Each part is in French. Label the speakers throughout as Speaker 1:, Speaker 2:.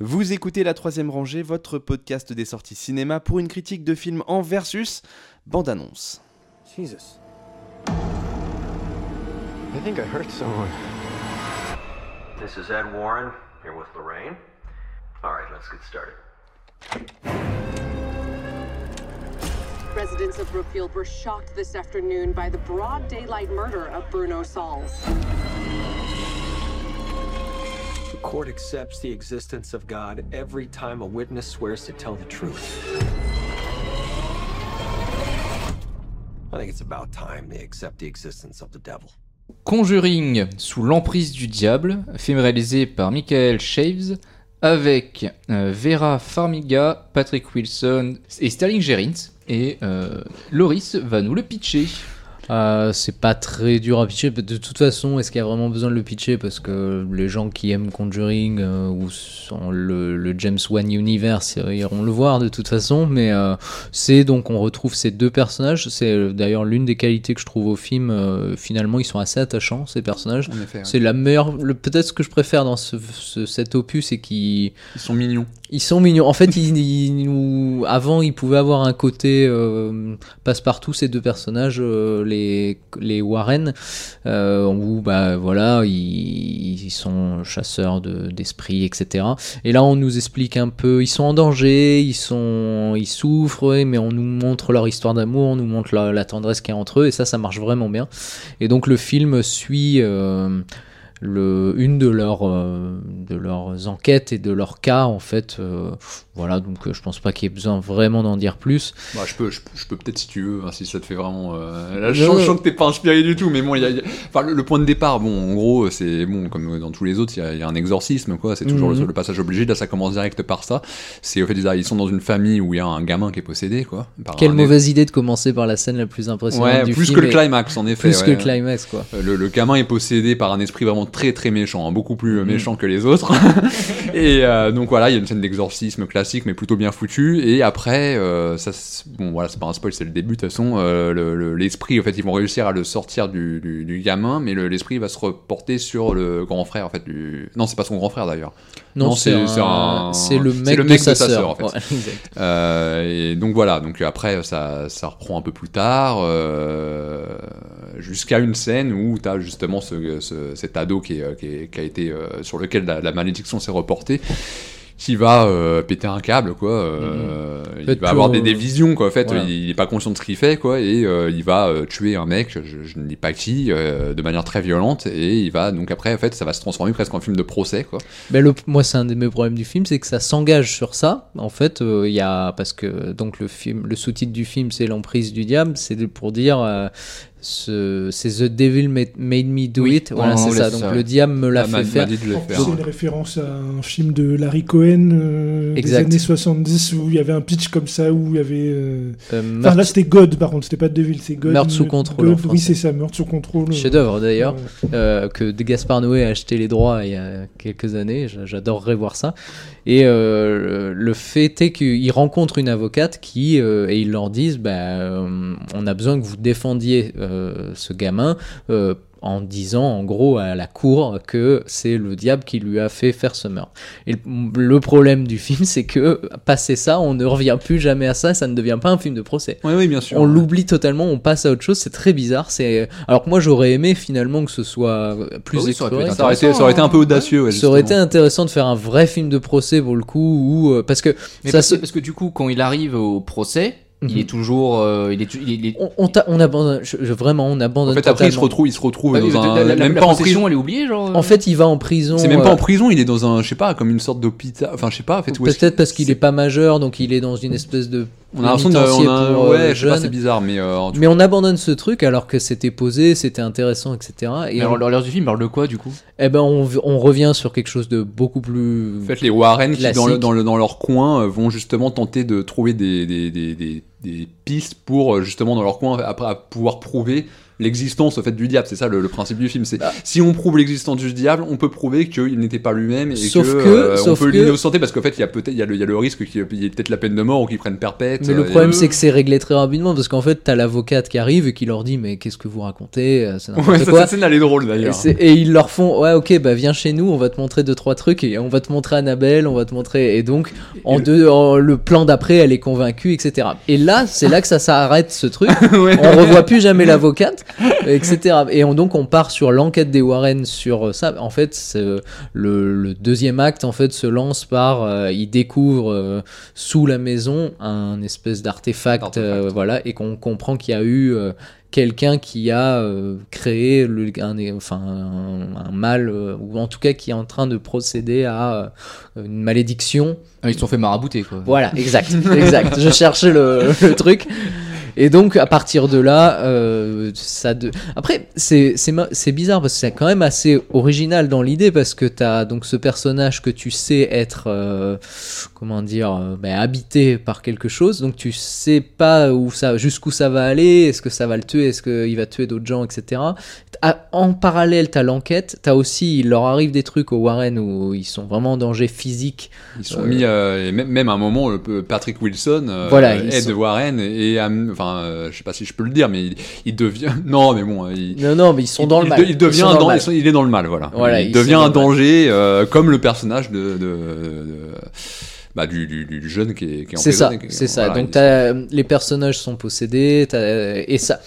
Speaker 1: Vous écoutez La Troisième Rangée, votre podcast des sorties cinéma pour une critique de film en versus bande-annonce.
Speaker 2: Jesus. I think I hurt someone.
Speaker 3: This is Ed Warren here with Lorraine. All right, let's get started.
Speaker 4: Residents of Brookfield were shocked this afternoon by the broad daylight murder of Bruno Sauls.
Speaker 2: The court accepts the existence of God every time a witness swears to tell the truth. I think it's about time they accept the existence of the devil.
Speaker 5: Conjuring sous l'emprise du diable, film réalisé par Michael Shaves avec euh, Vera Farmiga, Patrick Wilson et Sterling Gerrits. Et euh, Loris va nous le pitcher. Ah,
Speaker 6: Euh, c'est pas très dur à pitcher. De toute façon, est-ce qu'il y a vraiment besoin de le pitcher Parce que les gens qui aiment Conjuring euh, ou sont le, le James Wan Universe euh, iront le voir de toute façon. Mais euh, c'est donc, on retrouve ces deux personnages. C'est euh, d'ailleurs l'une des qualités que je trouve au film. euh, finalement, ils sont assez attachants, ces personnages.
Speaker 1: En effet,
Speaker 6: C'est la meilleure. le- Peut-être ce que je préfère dans ce, ce- cet opus, c'est qu'ils.
Speaker 1: ils sont mignons.
Speaker 6: Ils sont mignons. En fait, ils, ils nous... avant, ils pouvaient avoir un côté euh, passe-partout, ces deux personnages, euh, les, les Warren, euh, où bah, voilà, ils, ils sont chasseurs de- d'esprits, etc. Et là, on nous explique un peu, ils sont en danger, ils, sont, ils souffrent, ouais, mais on nous montre leur histoire d'amour, on nous montre la, la tendresse qu'il y a entre eux, et ça, ça marche vraiment bien. Et donc, le film suit... euh, le, une de, leurs euh, de leurs enquêtes et de leurs cas, en fait. euh, voilà, donc euh, je pense pas qu'il y ait besoin vraiment d'en dire plus.
Speaker 7: Bah, je peux, je, peux- je peux peut-être si tu veux, hein, si ça te fait vraiment. euh, Là, je,
Speaker 6: Non,
Speaker 7: sens, je
Speaker 6: non.
Speaker 7: sens que t'es pas inspiré du tout, mais bon, il y a- il y a- enfin, le, le point de départ, bon, en gros, c'est bon, comme dans tous les autres, il y a- il y, a un exorcisme, quoi. C'est toujours le-
Speaker 6: Mhm.
Speaker 7: le, passage obligé. Là, ça commence direct par ça. C'est au fait, ils ils sont dans une famille où il y a un gamin qui est possédé, quoi. par
Speaker 6: Quelle
Speaker 7: un-
Speaker 6: mauvaise idée de commencer par la scène la plus impressionnante
Speaker 7: Ouais,
Speaker 6: du
Speaker 7: plus
Speaker 6: film.
Speaker 7: que le
Speaker 6: et-
Speaker 7: climax, en effet.
Speaker 6: Plus que
Speaker 7: ouais.
Speaker 6: le climax, quoi.
Speaker 7: Euh, Le, le gamin est possédé par un esprit vraiment très très méchant, hein, beaucoup plus euh, méchant que les autres. et euh, donc voilà, il y a une scène d'exorcisme classique, mais plutôt bien foutue. Et après, euh, ça, c'est- bon voilà, c'est pas un spoil, c'est le début de toute façon. euh, le- le- l'esprit, en fait, ils vont réussir à le sortir du, du- du gamin, mais le- l'esprit va se reporter sur le grand frère, en fait. Du... Non, c'est pas son grand frère d'ailleurs.
Speaker 6: Non,
Speaker 7: Non,
Speaker 6: c'est
Speaker 7: c'est- c'est
Speaker 6: un-
Speaker 7: un-
Speaker 6: c'est le
Speaker 7: c'est
Speaker 6: mec,
Speaker 7: le
Speaker 6: de,
Speaker 7: mec
Speaker 6: sa
Speaker 7: de sa
Speaker 6: sœur.
Speaker 7: sœur, en fait.
Speaker 6: Ouais, exact.
Speaker 7: Euh, et donc voilà, donc après ça, ça reprend un peu plus tard, euh, jusqu'à une scène où tu as justement ce, ce- cet ado qui, est, euh, qui, est- qui a été euh, sur lequel la, la malédiction s'est reportée, qui va euh, péter un câble quoi. euh,
Speaker 6: Peut
Speaker 7: Il
Speaker 6: être
Speaker 7: va avoir
Speaker 6: plus,
Speaker 7: des, des
Speaker 6: euh,
Speaker 7: visions quoi. En fait,
Speaker 6: voilà.
Speaker 7: il n'est pas conscient de ce qu'il fait quoi, et euh, il va euh, tuer un mec, je, je ne dis pas qui, euh, de manière très violente, et il va donc après en fait ça va se transformer presque en film de procès quoi.
Speaker 6: Ben, le, moi, c'est un des mes problèmes du film, c'est que ça s'engage sur ça. En fait, euh, il y a parce que donc le film, le sous-titre du film, c'est l'emprise du diable. C'est de- pour dire euh, ce- c'est The Devil made, made me do
Speaker 5: Oui,
Speaker 6: it. Voilà,
Speaker 5: en
Speaker 6: c'est
Speaker 5: anglais,
Speaker 6: ça.
Speaker 5: c'est
Speaker 6: Donc
Speaker 5: ça,
Speaker 6: le
Speaker 5: ouais.
Speaker 6: diable me l'a
Speaker 7: Ah,
Speaker 6: fait
Speaker 7: m'a-
Speaker 6: faire.
Speaker 7: m'a dit de le faire.
Speaker 8: C'est une référence à un film de Larry Cohen euh, des
Speaker 6: Exact.
Speaker 8: années 70 où il y avait un pitch comme ça où il y avait. euh,
Speaker 6: Euh,
Speaker 8: Enfin
Speaker 6: meurtre-
Speaker 8: là c'était God par contre, c'était pas Devil, c'est God.
Speaker 6: Meurtre sous
Speaker 8: euh,
Speaker 6: contrôle, en
Speaker 8: God,
Speaker 6: français.
Speaker 8: oui c'est ça, meurtre sous contrôle.
Speaker 6: Chef-d'œuvre d'ailleurs,
Speaker 8: Ouais.
Speaker 6: euh, que de Gaspard Noé a acheté les droits il y a quelques années. J- J'adorerais voir ça. Et euh, le- le fait est qu'il rencontre une avocate qui, euh, et ils leur disent bah, euh, on a besoin que vous défendiez euh, ce gamin. euh, en disant en gros à la cour que c'est le diable qui lui a fait faire ce meurtre. Et le- le problème du film, c'est que passé ça, on ne revient plus jamais à ça, ça ne devient pas un film de procès.
Speaker 7: Oui oui bien sûr.
Speaker 6: On l'oublie totalement, on passe à autre chose, c'est très bizarre. C'est alors que moi j'aurais aimé finalement que ce soit plus
Speaker 5: Ah oui, ça aurait pu
Speaker 6: exploré.
Speaker 5: être
Speaker 7: Bah Ça aurait, été, ça aurait été un peu audacieux. ouais,
Speaker 6: Ça aurait été
Speaker 7: justement.
Speaker 6: intéressant de faire un vrai film de procès pour le coup, ou euh, parce que
Speaker 5: Mais
Speaker 6: ça
Speaker 5: parce,
Speaker 6: se-
Speaker 5: parce que du coup, quand il arrive au procès, il
Speaker 6: Mhm.
Speaker 5: est toujours. euh, il est, tu- il est- il est-
Speaker 6: on, on, t'a- on abandonne, je, je- vraiment on abandonne.
Speaker 7: En fait, après, il se
Speaker 6: totalement. Bah
Speaker 7: retrouve, il se retrouve
Speaker 5: Ah oui,
Speaker 7: dans un.
Speaker 5: la, la- la
Speaker 7: même pas en
Speaker 5: possession,
Speaker 7: prison.
Speaker 5: elle est oubliée, genre. euh.
Speaker 6: En fait, il va en prison.
Speaker 7: C'est même pas
Speaker 6: euh,
Speaker 7: en prison, il est dans un, je sais pas, comme une sorte d'hôpital. Enfin, je sais pas, en fait. où est-ce
Speaker 6: Peut-être parce qu'il
Speaker 7: c'est-
Speaker 6: est pas majeur, donc il est dans une espèce de
Speaker 7: On a l'impression de.
Speaker 6: pénitencier
Speaker 7: on a-
Speaker 6: pour, euh, Mm.
Speaker 7: ouais, je sais pas,
Speaker 6: jeunes.
Speaker 7: c'est bizarre, mais euh, en tout
Speaker 6: Mais on abandonne ce truc alors que c'était posé, c'était intéressant, etc.
Speaker 5: Et
Speaker 6: Et
Speaker 5: alors,
Speaker 6: on,
Speaker 5: l'heure du film, alors de quoi, du coup
Speaker 6: eh ben on, on revient sur quelque chose de beaucoup plus.
Speaker 7: En fait, les Warren qui, dans,
Speaker 6: Classique.
Speaker 7: le, dans, le- dans leur coin, euh, vont justement tenter de trouver des, des, des- des- des pistes pour, euh, justement, dans leur coin, après, à pouvoir prouver l'existence au fait du diable. C'est ça le, le principe du film. C'est
Speaker 6: Bah.
Speaker 7: si on prouve l'existence du diable, on peut prouver qu'il n'était pas lui-même et
Speaker 6: Sauf
Speaker 7: que,
Speaker 6: que-
Speaker 7: euh, on
Speaker 6: sauf
Speaker 7: peut
Speaker 6: que-
Speaker 7: l'innocenter parce qu'en fait, il y a peut-être il y, a le- il y a le risque qu'il y ait peut-être la peine de mort ou qu'il prenne perpète.
Speaker 6: Mais
Speaker 7: euh,
Speaker 6: le
Speaker 7: et-
Speaker 6: problème, c'est que c'est réglé très rapidement parce qu'en fait, t'as l'avocate qui arrive et qui leur dit Mais qu'est-ce que vous racontez euh, C'est
Speaker 7: Ouais,
Speaker 6: n'importe
Speaker 7: ça,
Speaker 6: quoi.
Speaker 7: cette scène elle est drôle
Speaker 6: Et,
Speaker 7: d'ailleurs.
Speaker 6: c'est- et ils leur font Ouais, ok, bah viens chez nous, on va te montrer deux trois trucs et on va te montrer Annabelle, on va te montrer. Et donc, en
Speaker 7: Et le-
Speaker 6: deux, en- le plan d'après, elle est convaincue, etc. Et là, c'est là que ça s'arrête ce truc.
Speaker 7: Ouais.
Speaker 6: on revoit plus jamais l'avocate, etc. Et on, donc on part sur l'enquête des Warren sur euh, ça. En fait, c'est, euh, le, le deuxième acte en fait se lance par euh, ils découvrent euh, sous la maison un espèce d'artefact, euh,
Speaker 7: Artefact.
Speaker 6: voilà, et qu'on comprend qu'il y a eu euh, quelqu'un qui a euh, créé le, un, enfin, un, un mal, euh, ou en tout cas qui est en train de procéder à euh, une malédiction
Speaker 5: Ah, Ils se sont fait marabouter quoi.
Speaker 6: voilà, exact, exact. Je cherchais le, le truc. Et donc, à partir de là, euh, ça. De... Après, c'est c'est ma- c'est bizarre parce que c'est quand même assez original dans l'idée parce que t'as donc ce personnage que tu sais être, euh, comment dire, euh, bah, habité par quelque chose. Donc, tu sais pas où ça, jusqu'où ça va aller. Est-ce que ça va le tuer Est-ce qu'il va tuer d'autres gens, etc. À- en parallèle, t'as l'enquête. T'as aussi, il leur arrive des trucs au Warren où ils sont vraiment en danger physique
Speaker 7: Ils sont mis, euh, et même, même à un moment, le p- Patrick Wilson euh,
Speaker 6: Voilà, ils
Speaker 7: aide
Speaker 6: sont-
Speaker 7: Warren et, am- enfin, euh, je sais pas si je peux le dire, mais il, il devient. Non, mais bon, euh, il,
Speaker 6: Non, non, mais ils sont dans le
Speaker 7: il-
Speaker 6: mal.
Speaker 7: Il devient,
Speaker 6: Ils sont dans
Speaker 7: un dan-
Speaker 6: le mal.
Speaker 7: ils sont- il est dans le mal, voilà.
Speaker 6: Voilà,
Speaker 7: il
Speaker 6: ils
Speaker 7: devient
Speaker 6: sont
Speaker 7: un
Speaker 6: dans le mal.
Speaker 7: danger, euh, comme le personnage de, de- de- bah, du, du- du jeune qui est, qui est
Speaker 6: C'est ça,
Speaker 7: emprisonné, qui-
Speaker 6: c'est ça.
Speaker 7: euh, voilà,
Speaker 6: Donc
Speaker 7: il-
Speaker 6: t'as- euh, les personnages sont possédés, t'as- euh, et ça.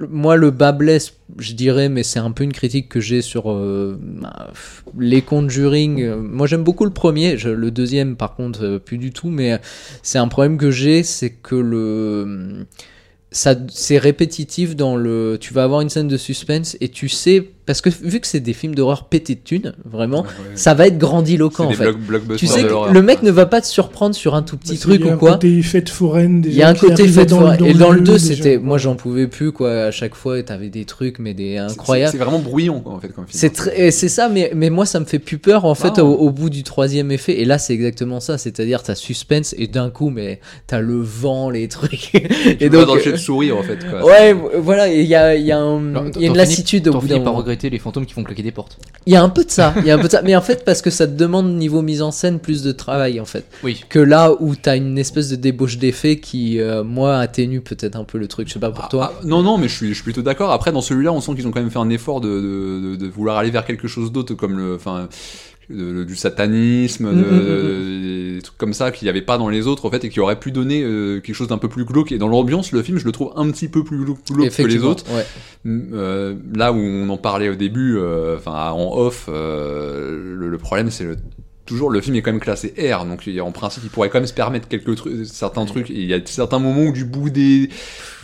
Speaker 6: Moi, le bas blesse, je dirais, mais c'est un peu une critique que j'ai sur euh, bah, pff, les Conjuring. Euh, Moi, j'aime beaucoup le premier, je- le deuxième, par contre, euh, plus du tout. Mais euh, c'est un problème que j'ai, c'est que le euh, ça c'est répétitif dans le. Tu vas avoir une scène de suspense et tu sais parce que vu que c'est des films d'horreur pétés de thunes, vraiment, ça va être
Speaker 7: C'est
Speaker 6: grandiloquent en
Speaker 7: des
Speaker 6: fait.
Speaker 7: block- blockbusters
Speaker 6: Tu sais
Speaker 7: de
Speaker 6: que
Speaker 7: l'horreur.
Speaker 6: le mec ne va pas te surprendre sur un tout petit
Speaker 8: Parce
Speaker 6: truc
Speaker 8: qu'il y a
Speaker 6: ou
Speaker 8: un
Speaker 6: quoi.
Speaker 8: côté fête foraine.
Speaker 6: Il y a un côté fait
Speaker 8: fête foraine.
Speaker 6: Et dans le 2, c'était. Moi, j'en pouvais plus, quoi. À chaque fois, t'avais des trucs, mais des
Speaker 7: C'est- c'est-
Speaker 6: incroyables.
Speaker 7: C'est vraiment bruyant, quoi, en fait, comme film.
Speaker 6: C'est très- et c'est ça, mais, mais moi, ça me fait plus peur, en fait,
Speaker 7: Ah.
Speaker 6: au, au bout du troisième effet. Et là, c'est exactement ça. C'est-à-dire, t'as suspense, et d'un coup, mais t'as le vent, les trucs.
Speaker 7: Tu
Speaker 6: et
Speaker 7: vas
Speaker 6: donc. euh,
Speaker 7: dans le chef de sourire, en fait. quoi.
Speaker 6: Ouais, voilà, et il y a, il y a un-
Speaker 5: Alors,
Speaker 6: il y
Speaker 5: t'en
Speaker 6: a une
Speaker 5: finis-
Speaker 6: lassitude au
Speaker 5: t'en
Speaker 6: bout
Speaker 5: finis
Speaker 6: d'un
Speaker 5: par
Speaker 6: moment.
Speaker 5: regretter les fantômes qui font claquer des portes.
Speaker 6: Il y a un peu de ça, il y a un peu de ça, mais en fait parce que ça te demande niveau mise en scène plus de travail en fait.
Speaker 5: Oui.
Speaker 6: que là où t'as une espèce de débauche d'effet qui, euh, moi, atténue peut-être un peu le truc, je sais pas pour toi.
Speaker 7: Ah, ah, non, non, mais je suis, je suis plutôt d'accord. Après, dans celui-là, on sent qu'ils ont quand même fait un effort de, de, de- de vouloir aller vers quelque chose d'autre, comme le, enfin, le- le- du satanisme, de-
Speaker 6: Mm, mm,
Speaker 7: des trucs comme ça qu'il n'y avait pas dans les autres, en fait, et qui aurait pu donner euh, quelque chose d'un peu plus glauque. Et dans l'ambiance, le film, je le trouve un petit peu plus glauque, glauque que les
Speaker 6: Effectivement,
Speaker 7: autres.
Speaker 6: ouais.
Speaker 7: Mm, euh, là où on en parlait au début, euh, enfin, en off, euh, le, le problème, c'est le toujours le film est quand même classé R donc il y a- en principe il pourrait quand même se permettre quelques trucs certains trucs et il y a certains moments où du bout des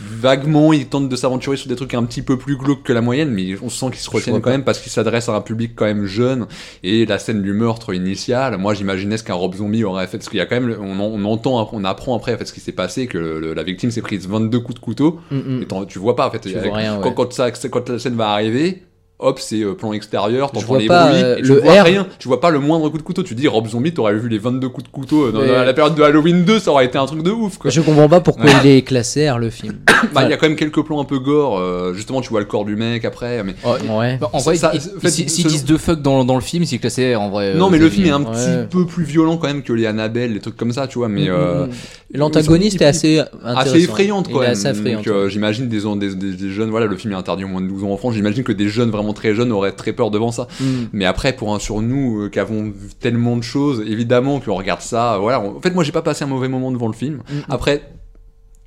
Speaker 7: vaguement ils tentent de s'aventurer sur des trucs un petit peu plus glauques que la moyenne mais on sent qu'ils se retiennent
Speaker 6: vois
Speaker 7: quand même parce qu'ils s'adressent à un public quand même jeune et la scène du meurtre initial moi j'imaginais ce qu'un Rob Zombie aurait fait parce qu'il y a quand même le- on, en- on entend on apprend après en fait ce qui s'est passé que le- la victime s'est prise 22 coups de couteau
Speaker 6: Mm, mm.
Speaker 7: et t'en- tu vois pas en fait
Speaker 6: Tu
Speaker 7: Il y a-
Speaker 6: vois rien, ouais.
Speaker 7: quand, quand ça, quand la scène va arriver hop c'est euh, plan extérieur
Speaker 6: Je
Speaker 7: t'entends
Speaker 6: vois
Speaker 7: les
Speaker 6: pas,
Speaker 7: bruits
Speaker 6: euh,
Speaker 7: et tu
Speaker 6: le
Speaker 7: vois
Speaker 6: R.
Speaker 7: rien tu vois pas le moindre coup de couteau tu dis Rob Zombie t'aurais vu les 22 coups de couteau euh, dans
Speaker 6: Mais-
Speaker 7: dans la période de Halloween 2 ça aurait été un truc de ouf quoi
Speaker 6: Je comprends pas pourquoi il est classé R le film.
Speaker 7: bah il y a quand même quelques plans un peu gore euh, justement tu vois le corps du mec après mais
Speaker 6: Ouais.
Speaker 5: Bah, en
Speaker 7: Ça-
Speaker 5: vrai,
Speaker 7: ça-
Speaker 5: ils-
Speaker 7: en
Speaker 5: ils-
Speaker 7: fait,
Speaker 5: s'ils
Speaker 7: ce-
Speaker 5: s'ils disent deux fuck dans, dans le film, c'est classé R en vrai.
Speaker 7: non
Speaker 5: euh,
Speaker 7: mais le
Speaker 5: c'est-
Speaker 7: film est un
Speaker 6: Oh, ouais.
Speaker 7: petit peu plus violent quand même que les Annabelle les trucs comme ça tu vois mais euh,
Speaker 6: Mm, mm. L'antagoniste
Speaker 7: ils sont-
Speaker 6: est assez intéressant.
Speaker 7: assez effrayante quand
Speaker 6: Il est
Speaker 7: même.
Speaker 6: assez effrayant.
Speaker 7: Donc, euh, j'imagine des, des, des- des jeunes, voilà, le film est interdit au moins de 12 ans en France, j'imagine que des jeunes vraiment très jeunes auraient très peur devant ça.
Speaker 6: Mm.
Speaker 7: Mais après, pour un sur nous euh, qui avons vu tellement de choses, évidemment qu'on regarde ça, euh, voilà. En fait, moi, j'ai pas passé un mauvais moment devant le film. Après,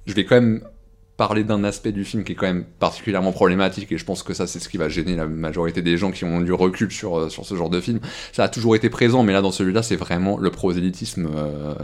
Speaker 7: je vais quand même parler d'un aspect du film qui est quand même particulièrement problématique et je pense que ça c'est ce qui va gêner la majorité des gens qui ont du recul sur, euh, sur ce genre de film. Ça a toujours été présent mais là dans celui-là c'est vraiment le prosélytisme euh,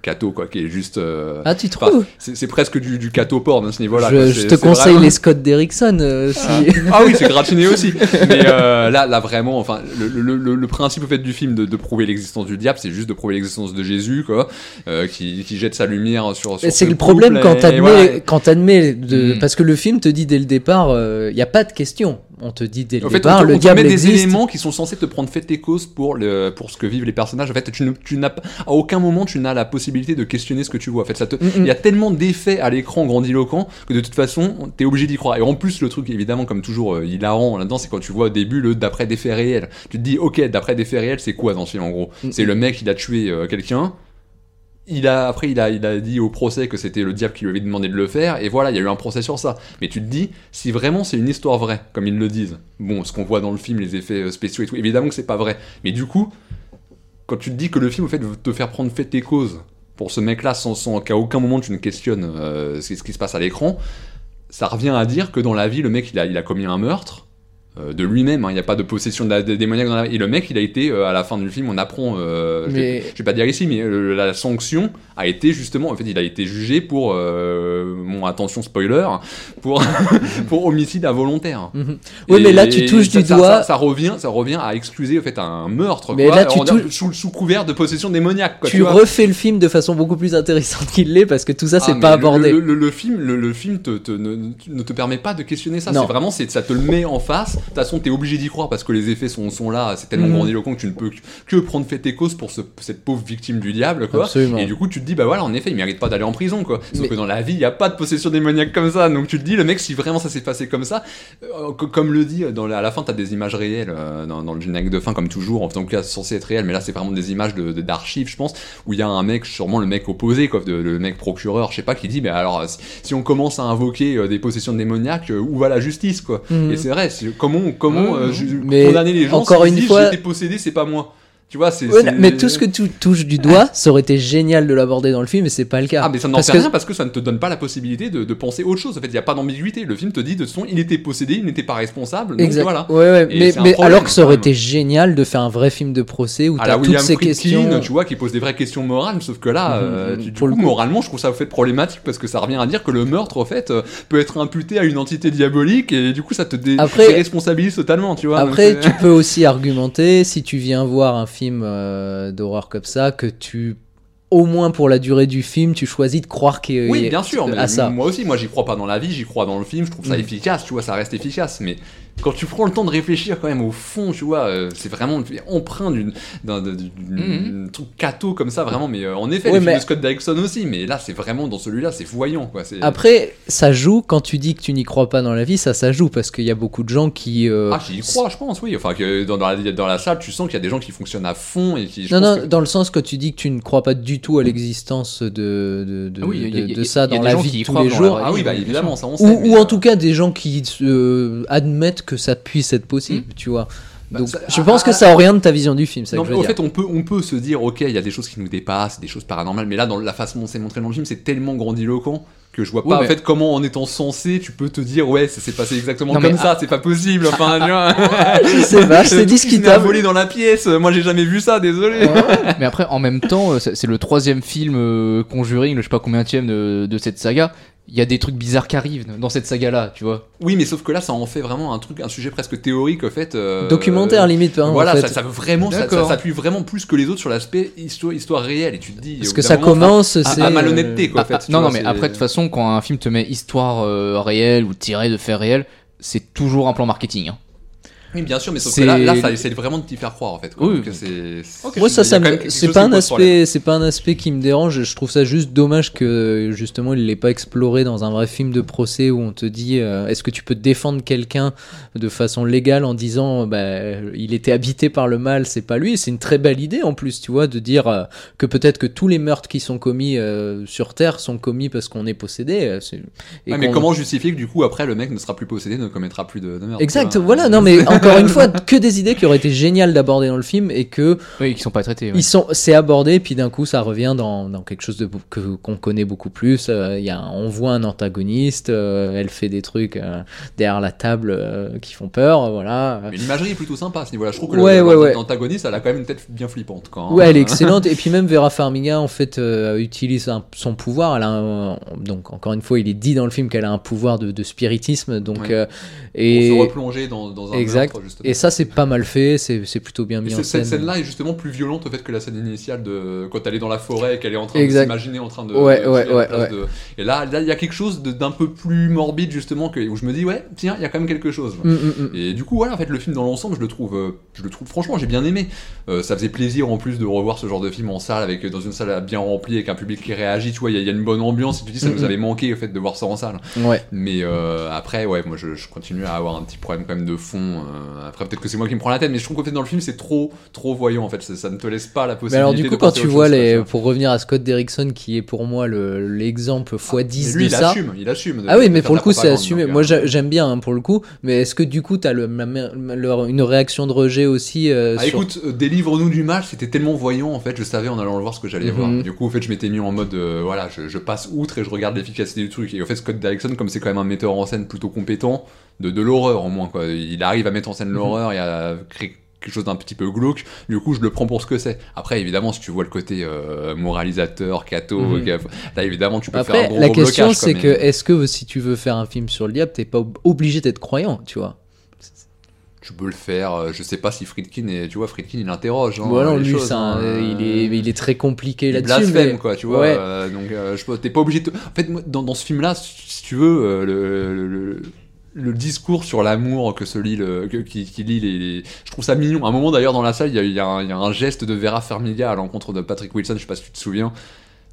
Speaker 7: catho quoi qui est juste euh,
Speaker 6: Ah, tu
Speaker 7: Enfin,
Speaker 6: trouves
Speaker 7: c'est c'est presque du, du cateau porn à ce niveau-là. quoi.
Speaker 6: je,
Speaker 7: C'est-
Speaker 6: je te
Speaker 7: c'est
Speaker 6: conseille
Speaker 7: vraiment-
Speaker 6: les Scott Derrickson. euh, si...
Speaker 7: Ah oui, c'est gratiné aussi. Mais euh, là, là vraiment, enfin, le, le- le- le principe au fait du film de, de prouver l'existence du diable, c'est juste de prouver l'existence de Jésus, quoi, euh, qui, qui jette sa lumière sur. sur
Speaker 6: C'est
Speaker 7: ce
Speaker 6: le problème
Speaker 7: couple,
Speaker 6: quand
Speaker 7: et
Speaker 6: t'admets
Speaker 7: voilà.
Speaker 6: quand t'admets, de-
Speaker 7: Mm-hmm.
Speaker 5: Mm.
Speaker 6: parce que le film te dit dès le départ, il n'y a pas de question. On te dit dès le
Speaker 7: En fait,
Speaker 6: départ,
Speaker 7: on te,
Speaker 6: le
Speaker 7: on te
Speaker 6: diable
Speaker 7: met
Speaker 6: existe.
Speaker 7: des éléments qui sont censés te prendre fait et cause pour, le, pour ce que vivent les personnages. En fait, tu, ne- tu n'as pas- à aucun moment tu n'as la possibilité de questionner ce que tu vois. En fait, ça te,
Speaker 6: Mm, mm.
Speaker 7: il y a tellement d'effets à l'écran grandiloquents que de toute façon, t'es obligé d'y croire. Et en plus, le truc évidemment, comme toujours, euh, hilarant là-dedans, c'est quand tu vois au début le d'après des faits réels. Tu te dis, ok, d'après des faits réels, c'est quoi dans ce film en gros
Speaker 6: Mm.
Speaker 7: C'est le mec, il a tué euh, quelqu'un. Il a, après, il a, il a dit au procès que c'était le diable qui lui avait demandé de le faire, et voilà, il y a eu un procès sur ça. Mais tu te dis, si vraiment c'est une histoire vraie, comme ils le disent, bon, ce qu'on voit dans le film, les effets euh, spéciaux et tout, évidemment que c'est pas vrai. Mais du coup, quand tu te dis que le film, au fait, veut te faire prendre fait tes causes pour ce mec-là, sans, sans qu'à aucun moment tu ne questionnes euh, ce qui- ce qui se passe à l'écran, ça revient à dire que dans la vie, le mec, il a, il a commis un meurtre euh, de lui-même. hein, Il n'y a pas de possession de la, de- démoniaque dans la vie. Et le mec, il a été, euh, à la fin du film, on apprend, euh, je,
Speaker 6: Mais-
Speaker 7: vais, je vais pas dire ici, mais euh, la sanction a été justement, en fait, il a été jugé pour, euh, bon, attention spoiler, hein, pour, pour homicide involontaire.
Speaker 6: Mhm. Oui, mais là, tu
Speaker 7: Et
Speaker 6: touches
Speaker 7: ça-
Speaker 6: du
Speaker 7: ça-
Speaker 6: doigt.
Speaker 7: Ça, ça revient, ça revient à excuser en fait un meurtre.
Speaker 6: Mais
Speaker 7: quoi,
Speaker 6: là, tu
Speaker 7: en-
Speaker 6: touches-
Speaker 7: sous, sous couvert de possession démoniaque. Quoi,
Speaker 6: tu
Speaker 7: vois.
Speaker 6: refais le film de façon beaucoup plus intéressante qu'il l'est parce que tout ça,
Speaker 7: Ah,
Speaker 6: c'est
Speaker 7: mais
Speaker 6: pas
Speaker 7: le-
Speaker 6: abordé.
Speaker 7: Le, le- le film, le, le film te, te- ne, ne te permet pas de questionner ça.
Speaker 6: Non.
Speaker 7: C'est vraiment, c'est, ça te le met en face. De toute façon, t'es obligé d'y croire parce que les effets sont, sont là. C'est tellement
Speaker 6: Mhm.
Speaker 7: grandiloquent que tu ne peux que prendre fait et cause pour ce- cette pauvre victime du diable, quoi.
Speaker 6: Absolument.
Speaker 7: Et du coup, tu te dis, bah voilà, en effet, il mérite pas d'aller en prison, quoi. Sauf
Speaker 6: Mais-
Speaker 7: que dans la vie, il n'y a pas de possession démoniaque comme ça. Donc tu te dis, le mec, si vraiment ça s'est passé comme ça, euh, co- comme le dit, dans la, à la fin, t'as des images réelles euh, dans, dans le générique de fin, comme toujours, en tant que là, c'est censé être réel, mais là, c'est vraiment des images de- de- d'archives, je pense, où il y a un mec, sûrement le mec opposé, quoi, de- le mec procureur, je sais pas, qui dit, mais alors, si, si on commence à invoquer euh, des possessions démoniaques, euh, où va la justice, quoi
Speaker 6: Mhm.
Speaker 7: Et c'est vrai, c'est- comment, comment euh, ju-
Speaker 6: Mais
Speaker 7: condamner les gens
Speaker 6: encore
Speaker 7: s'ils
Speaker 6: une
Speaker 7: disent,
Speaker 6: fois-
Speaker 7: j'étais possédé, c'est pas moi. Tu vois, c'est.
Speaker 6: Ouais,
Speaker 7: c'est-
Speaker 6: mais tout ce que tu touches du doigt, ça aurait été génial de l'aborder dans le film, mais c'est pas le cas.
Speaker 7: Ah, mais ça n'en
Speaker 6: Parce
Speaker 7: fait
Speaker 6: que-
Speaker 7: rien parce que ça ne te donne pas la possibilité de, de penser autre chose. En fait, il n'y a pas d'ambiguïté. Le film te dit de son, il était possédé, il n'était pas responsable. Donc
Speaker 6: Exact.
Speaker 7: voilà.
Speaker 6: Ouais, ouais,
Speaker 7: Et
Speaker 6: mais,
Speaker 7: c'est un
Speaker 6: mais
Speaker 7: problème,
Speaker 6: alors que ça aurait
Speaker 7: quand même.
Speaker 6: été génial de faire un vrai film de procès où
Speaker 7: À
Speaker 6: t'as
Speaker 7: la
Speaker 6: toutes
Speaker 7: William
Speaker 6: ces
Speaker 7: Friedkin,
Speaker 6: questions.
Speaker 7: tu vois, qui pose des vraies questions morales, sauf que là,
Speaker 6: Mhm,
Speaker 7: euh,
Speaker 6: mhm,
Speaker 7: tu- du
Speaker 6: pour le
Speaker 7: coup,
Speaker 6: coup.
Speaker 7: moralement, je trouve ça au fait problématique parce que ça revient à dire que le meurtre, en fait, euh, peut être imputé à une entité diabolique et du coup, ça te dé-
Speaker 6: Après-
Speaker 7: déresponsabilise totalement, tu vois. Donc, euh,
Speaker 6: Après,
Speaker 7: c'est-
Speaker 6: tu peux aussi argumenter si tu viens voir un film euh, d'horreur comme ça que tu, au moins pour la durée du film, tu choisis de croire qu'il y a-
Speaker 7: Oui, bien sûr. Mais
Speaker 6: à ça.
Speaker 7: Moi aussi, moi j'y crois pas dans la vie, j'y crois dans le film, je trouve ça
Speaker 6: Mm.
Speaker 7: efficace, tu vois, ça reste efficace. Mais quand tu prends le temps de réfléchir quand même au fond, tu vois, euh, c'est vraiment empreint d'une d'un d'un- d'une- truc cato comme ça, vraiment. Mais euh, en effet,
Speaker 6: Mhm. Ouais,
Speaker 7: les films
Speaker 6: mais-
Speaker 7: de Scott Derrickson aussi, mais là c'est vraiment dans celui-là, c'est voyant quoi.
Speaker 6: Ah
Speaker 7: c'est-
Speaker 6: Après, ça joue quand tu dis que tu n'y crois pas dans la vie, ça, ça joue parce qu'il y a beaucoup de gens qui. euh,
Speaker 7: Ah, j'y crois, je pense, oui. Enfin, que dans, dans la, dans la salle, tu sens qu'il y a des gens qui fonctionnent à fond et qui. je
Speaker 6: non,
Speaker 7: pense
Speaker 6: non,
Speaker 7: que-
Speaker 6: dans le sens que tu dis que tu ne crois pas du tout à l'existence de, de, de,
Speaker 5: Ah oui, il y a-
Speaker 6: de-
Speaker 5: il y a-
Speaker 6: de ça
Speaker 5: il y a
Speaker 6: dans
Speaker 5: des
Speaker 6: la
Speaker 5: gens
Speaker 6: vie
Speaker 5: qui y
Speaker 6: de tous
Speaker 5: croient
Speaker 6: les
Speaker 5: dans
Speaker 6: jours.
Speaker 5: leur
Speaker 7: Ah oui,
Speaker 5: oui,
Speaker 7: bah
Speaker 5: bien
Speaker 7: évidemment, ça on sait.
Speaker 6: Ou,
Speaker 7: mais,
Speaker 6: ou en
Speaker 7: euh,
Speaker 6: tout cas des gens qui euh, admettent que ça puisse être possible, tu vois.
Speaker 7: Bah,
Speaker 6: Donc
Speaker 7: ça-
Speaker 6: je
Speaker 7: ah,
Speaker 6: pense que
Speaker 7: ah,
Speaker 6: ça oriente ta vision du film, c'est ça
Speaker 7: Non,
Speaker 6: que je
Speaker 7: mais
Speaker 6: veux
Speaker 7: au
Speaker 6: dire.
Speaker 7: fait, on peut, on peut se dire, ok, il y a des choses qui nous dépassent, des choses paranormales, mais là, dans la façon dont c'est montré dans le film, c'est tellement grandiloquent que je vois pas
Speaker 5: Ouais,
Speaker 7: en
Speaker 5: mais-
Speaker 7: fait comment en étant censé tu peux te dire ouais ça s'est passé exactement
Speaker 5: Non,
Speaker 7: comme
Speaker 5: mais-
Speaker 7: ça c'est pas possible enfin tu vois.
Speaker 6: Je sais pas, c'est
Speaker 7: Le truc qui se met à
Speaker 6: discutable.
Speaker 7: voler dans la pièce moi j'ai jamais vu ça désolé
Speaker 5: Mais après, en même temps, euh, c'est c'est le troisième film euh, Conjuring, le je sais pas combien de, de cette saga. Il y a des trucs bizarres qui arrivent dans cette saga-là, tu vois.
Speaker 7: oui mais sauf que là ça en fait vraiment un truc un sujet presque théorique en fait euh,
Speaker 6: Documentaire limite, hein,
Speaker 7: voilà
Speaker 6: en fait.
Speaker 7: ça, ça veut vraiment ça,
Speaker 5: D'accord.
Speaker 7: ça s'appuie vraiment plus que les autres sur l'aspect histoire, histoire réelle et tu te dis
Speaker 6: Parce
Speaker 7: au
Speaker 6: que
Speaker 7: bout
Speaker 6: ça
Speaker 7: d'un moment,
Speaker 6: commence,
Speaker 7: à-
Speaker 6: c'est euh,
Speaker 7: à malhonnêteté quoi en
Speaker 5: Ah, ah,
Speaker 7: fait tu
Speaker 5: non,
Speaker 7: vois,
Speaker 5: non, mais
Speaker 7: c'est-
Speaker 5: après, de toute façon, quand un film te met histoire euh, réelle ou tirée de faits réels, c'est toujours un plan marketing. hein.
Speaker 7: Oui, bien sûr, mais sauf
Speaker 5: C'est-
Speaker 7: que là, là, ça essaie vraiment de t'y faire croire en fait. quoi.
Speaker 5: Oui,
Speaker 7: Donc,
Speaker 5: oui.
Speaker 7: c'est- c'est-
Speaker 6: Moi,
Speaker 7: il y a
Speaker 6: ça, ça
Speaker 7: quand même
Speaker 6: me...
Speaker 7: quelque
Speaker 6: c'est
Speaker 7: chose
Speaker 6: pas
Speaker 7: qui
Speaker 6: un
Speaker 7: pose problème.
Speaker 6: aspect, c'est pas un aspect qui me dérange. Je trouve ça juste dommage que justement il l'ait pas exploré dans un vrai film de procès où on te dit euh, est-ce que tu peux défendre quelqu'un de façon légale en disant euh, bah, il était habité par le mal, c'est pas lui. C'est une très belle idée en plus, tu vois, de dire euh, que peut-être que tous les meurtres qui sont commis euh, sur Terre sont commis parce qu'on est possédé. euh, c'est- et
Speaker 7: Ouais, mais
Speaker 6: qu'on-
Speaker 7: comment justifier que du coup après le mec ne sera plus possédé, ne commettra plus de, de merde
Speaker 6: Exact,
Speaker 7: tu vois
Speaker 6: voilà, non mais encore une fois, que des idées qui auraient été géniales d'aborder dans le film et que
Speaker 5: Oui, qui sont pas traités. ouais.
Speaker 6: Ils sont, c'est abordé, puis d'un coup, ça revient dans, dans quelque chose de, bou- que, qu'on connaît beaucoup plus. Euh, il y a, un- on voit un antagoniste, euh, elle fait des trucs euh, derrière la table euh, qui font peur, voilà.
Speaker 7: Mais l'imagerie est plutôt sympa à ce niveau-là. Je trouve que
Speaker 6: Ouais,
Speaker 7: le,
Speaker 6: ouais, ouais.
Speaker 7: l'antagoniste, elle a quand même une tête bien flippante hein. quand.
Speaker 6: Ouais, elle est excellente. Et puis même Vera Farmiga, en fait, euh, utilise un- son pouvoir. Elle a un- donc encore une fois, il est dit dans le film qu'elle a un pouvoir de, de spiritisme. Donc
Speaker 7: Ouais.
Speaker 6: euh,
Speaker 7: Pour
Speaker 6: et
Speaker 7: se replonger dans, dans un
Speaker 6: Exact.
Speaker 7: contre, justement.
Speaker 6: Et ça, c'est pas mal fait, c'est c'est plutôt bien
Speaker 7: Et
Speaker 6: mis en
Speaker 7: cette- cette
Speaker 6: scène.
Speaker 7: scène-là est justement plus violente au fait que la scène initiale de quand elle est dans la forêt et qu'elle est en train
Speaker 6: Exact.
Speaker 7: de s'imaginer en train de.
Speaker 6: Ouais,
Speaker 7: de-
Speaker 6: ouais,
Speaker 7: de-
Speaker 6: ouais,
Speaker 7: de-
Speaker 6: ouais.
Speaker 7: de- Et là, là, il y a quelque chose de- d'un peu plus morbide justement que où je me dis ouais, tiens, il y a quand même quelque chose.
Speaker 6: Mm, mm, mm.
Speaker 7: Et du coup, voilà, en fait, le film dans l'ensemble, je le trouve, euh, je le trouve, franchement, j'ai bien aimé. Euh, ça faisait plaisir en plus de revoir ce genre de film en salle, avec dans une salle bien remplie, avec un public qui réagit. Tu vois, il y, a- il y a une bonne ambiance. Et tu dis, ça
Speaker 6: Mm,
Speaker 7: nous
Speaker 6: mm.
Speaker 7: avait manqué en fait de voir ça en salle.
Speaker 6: Ouais.
Speaker 7: Mais euh, après, ouais, moi, je, je continue à avoir un petit problème quand même de fond. euh, après, peut-être que c'est moi qui me prends la tête, mais je trouve qu'en fait, dans le film, c'est trop, trop voyant. En fait, ça, ça ne te laisse pas la
Speaker 6: Mais
Speaker 7: possibilité.
Speaker 6: alors du coup,
Speaker 7: de
Speaker 6: quand
Speaker 7: penser à
Speaker 6: tu
Speaker 7: autre
Speaker 6: vois
Speaker 7: chose,
Speaker 6: les,
Speaker 7: quoi, tu
Speaker 6: pour revenir à Scott Derrickson, qui est pour moi le- l'exemple
Speaker 7: vois.
Speaker 6: x10
Speaker 7: Mais lui,
Speaker 6: de
Speaker 7: il
Speaker 6: ça.
Speaker 7: assume, il assume. de-
Speaker 6: Ah oui,
Speaker 7: de
Speaker 6: mais
Speaker 7: faire
Speaker 6: pour
Speaker 7: de
Speaker 6: le
Speaker 7: la
Speaker 6: coup, c'est
Speaker 7: propagande,
Speaker 6: assumé.
Speaker 7: donc,
Speaker 6: Moi,
Speaker 7: euh,
Speaker 6: j'a- j'aime bien hein, pour le coup. Mais est-ce que du coup, t'as le, la- leur- une réaction de rejet aussi euh,
Speaker 7: Ah
Speaker 6: sur-
Speaker 7: écoute, euh, délivre-nous du mal, c'était tellement voyant en fait, je savais en allant le voir ce que j'allais
Speaker 6: Mhm.
Speaker 7: voir. Du coup, en fait, je m'étais mis en mode, euh, voilà, je, je passe outre et je regarde l'efficacité du truc. Et en fait, Scott Derrickson, comme c'est quand même un metteur en scène plutôt compétent, de, de l'horreur au moins, quoi. Il arrive à mettre en scène
Speaker 6: Mhm.
Speaker 7: l'horreur et à créer quelque chose d'un petit peu glauque, du coup je le prends pour ce que c'est. Après évidemment si tu vois le côté euh, moralisateur, catho,
Speaker 6: Mhm.
Speaker 7: euh, là évidemment tu peux faire un
Speaker 6: Après,
Speaker 7: gros
Speaker 6: la
Speaker 7: gros
Speaker 6: question,
Speaker 7: blocage, quoi,
Speaker 6: c'est
Speaker 7: mais-
Speaker 6: que est-ce que si tu veux faire un film sur le diable, t'es pas ob- obligé d'être croyant, tu vois
Speaker 7: Tu peux le faire, euh, je sais pas si Friedkin, est, tu vois Friedkin il interroge. hein,
Speaker 6: Voilà,
Speaker 7: les
Speaker 6: lui,
Speaker 7: choses,
Speaker 6: c'est un- euh,
Speaker 7: hein.
Speaker 6: il, est, il est très compliqué
Speaker 7: Il
Speaker 6: là-dessus.
Speaker 7: blasphème
Speaker 6: mais-
Speaker 7: quoi tu vois
Speaker 6: Ouais.
Speaker 7: euh, donc euh, je t'es pas obligé de... en fait moi, dans, dans ce film là si tu veux euh, le, le- le- le discours sur l'amour que se lit le que- qui, qui lit les, les- je trouve ça mignon à un moment d'ailleurs dans la salle il y a, il y a un, il y a un geste de Vera Farmiga à l'encontre de Patrick Wilson je sais pas si tu te souviens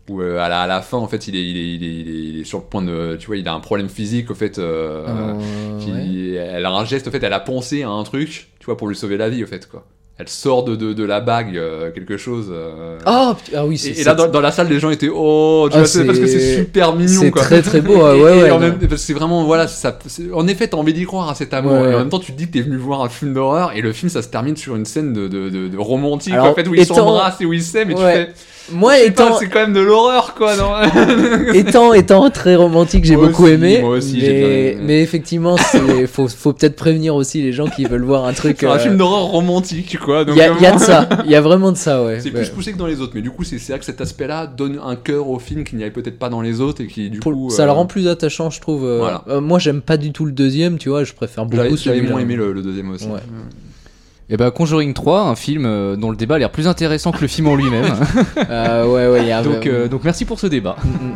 Speaker 7: où euh, à, la, à la fin en fait il est, il est, il est- il est- il est sur le point de tu vois il a un problème physique en fait euh,
Speaker 6: Euh,
Speaker 7: qui-
Speaker 6: ouais.
Speaker 7: elle a un geste en fait elle a pensé à un truc tu vois pour lui sauver la vie en fait quoi elle sort de, de, de la bague euh, quelque chose euh,
Speaker 6: Ah, putain, ah oui, c'est
Speaker 7: et, et là, dans, dans la salle, les gens étaient oh, tu
Speaker 6: Ah,
Speaker 7: vois, c'est parce que
Speaker 6: c'est-
Speaker 7: c'est super mignon,
Speaker 6: c'est
Speaker 7: quoi.
Speaker 6: très très beau. ouais,
Speaker 7: Et-
Speaker 6: ouais,
Speaker 7: et
Speaker 6: ouais,
Speaker 7: en
Speaker 6: non.
Speaker 7: même- parce que c'est vraiment voilà ça c'est- en effet t'as envie d'y croire à cet amour
Speaker 6: Ouais,
Speaker 7: et
Speaker 6: ouais.
Speaker 7: en même temps tu te dis que t'es venu voir un film d'horreur et le film ça se termine sur une scène de, de, de, de romantique
Speaker 6: Alors,
Speaker 7: en fait où ils
Speaker 6: étant-
Speaker 7: s'embrassent et où ils s'aiment et tu
Speaker 6: Ouais.
Speaker 7: fais
Speaker 6: Moi,
Speaker 7: je sais pas,
Speaker 6: étant,
Speaker 7: c'est quand même de l'horreur quoi non
Speaker 6: étant, étant très romantique, j'ai
Speaker 7: Moi
Speaker 6: beaucoup
Speaker 7: aussi,
Speaker 6: aimé.
Speaker 7: moi aussi,
Speaker 6: mais,
Speaker 7: j'ai bien aimé.
Speaker 6: mais effectivement, c'est- faut, faut peut-être prévenir aussi les gens qui veulent voir un truc.
Speaker 7: c'est un
Speaker 6: euh,
Speaker 7: film d'horreur romantique quoi
Speaker 6: Il
Speaker 7: donc
Speaker 6: y, a- il y a
Speaker 7: vraiment-
Speaker 6: de ça, il y a vraiment de ça, ouais.
Speaker 7: c'est
Speaker 6: Ouais.
Speaker 7: plus poussé que dans les autres mais du coup c'est c'est vrai que cet aspect là donne un cœur au film qu'il n'y avait peut-être pas dans les autres et qui du
Speaker 6: Pour-
Speaker 7: coup
Speaker 6: ça
Speaker 7: euh,
Speaker 6: le rend plus attachant, je trouve. euh,
Speaker 7: Voilà.
Speaker 6: euh, moi, j'aime pas du tout le deuxième, tu vois, je préfère beaucoup
Speaker 7: j'avais j'avais
Speaker 6: celui-là.
Speaker 7: moins aimé le, le deuxième aussi
Speaker 6: Ouais.
Speaker 5: Et bah Conjuring 3, un film euh, dont le débat a l'air plus intéressant que le film en lui-même.
Speaker 6: Euh, ouais, ouais, il
Speaker 7: Ah,
Speaker 6: y a
Speaker 7: bah
Speaker 5: donc, euh, donc merci pour ce débat.
Speaker 6: Mm, mm.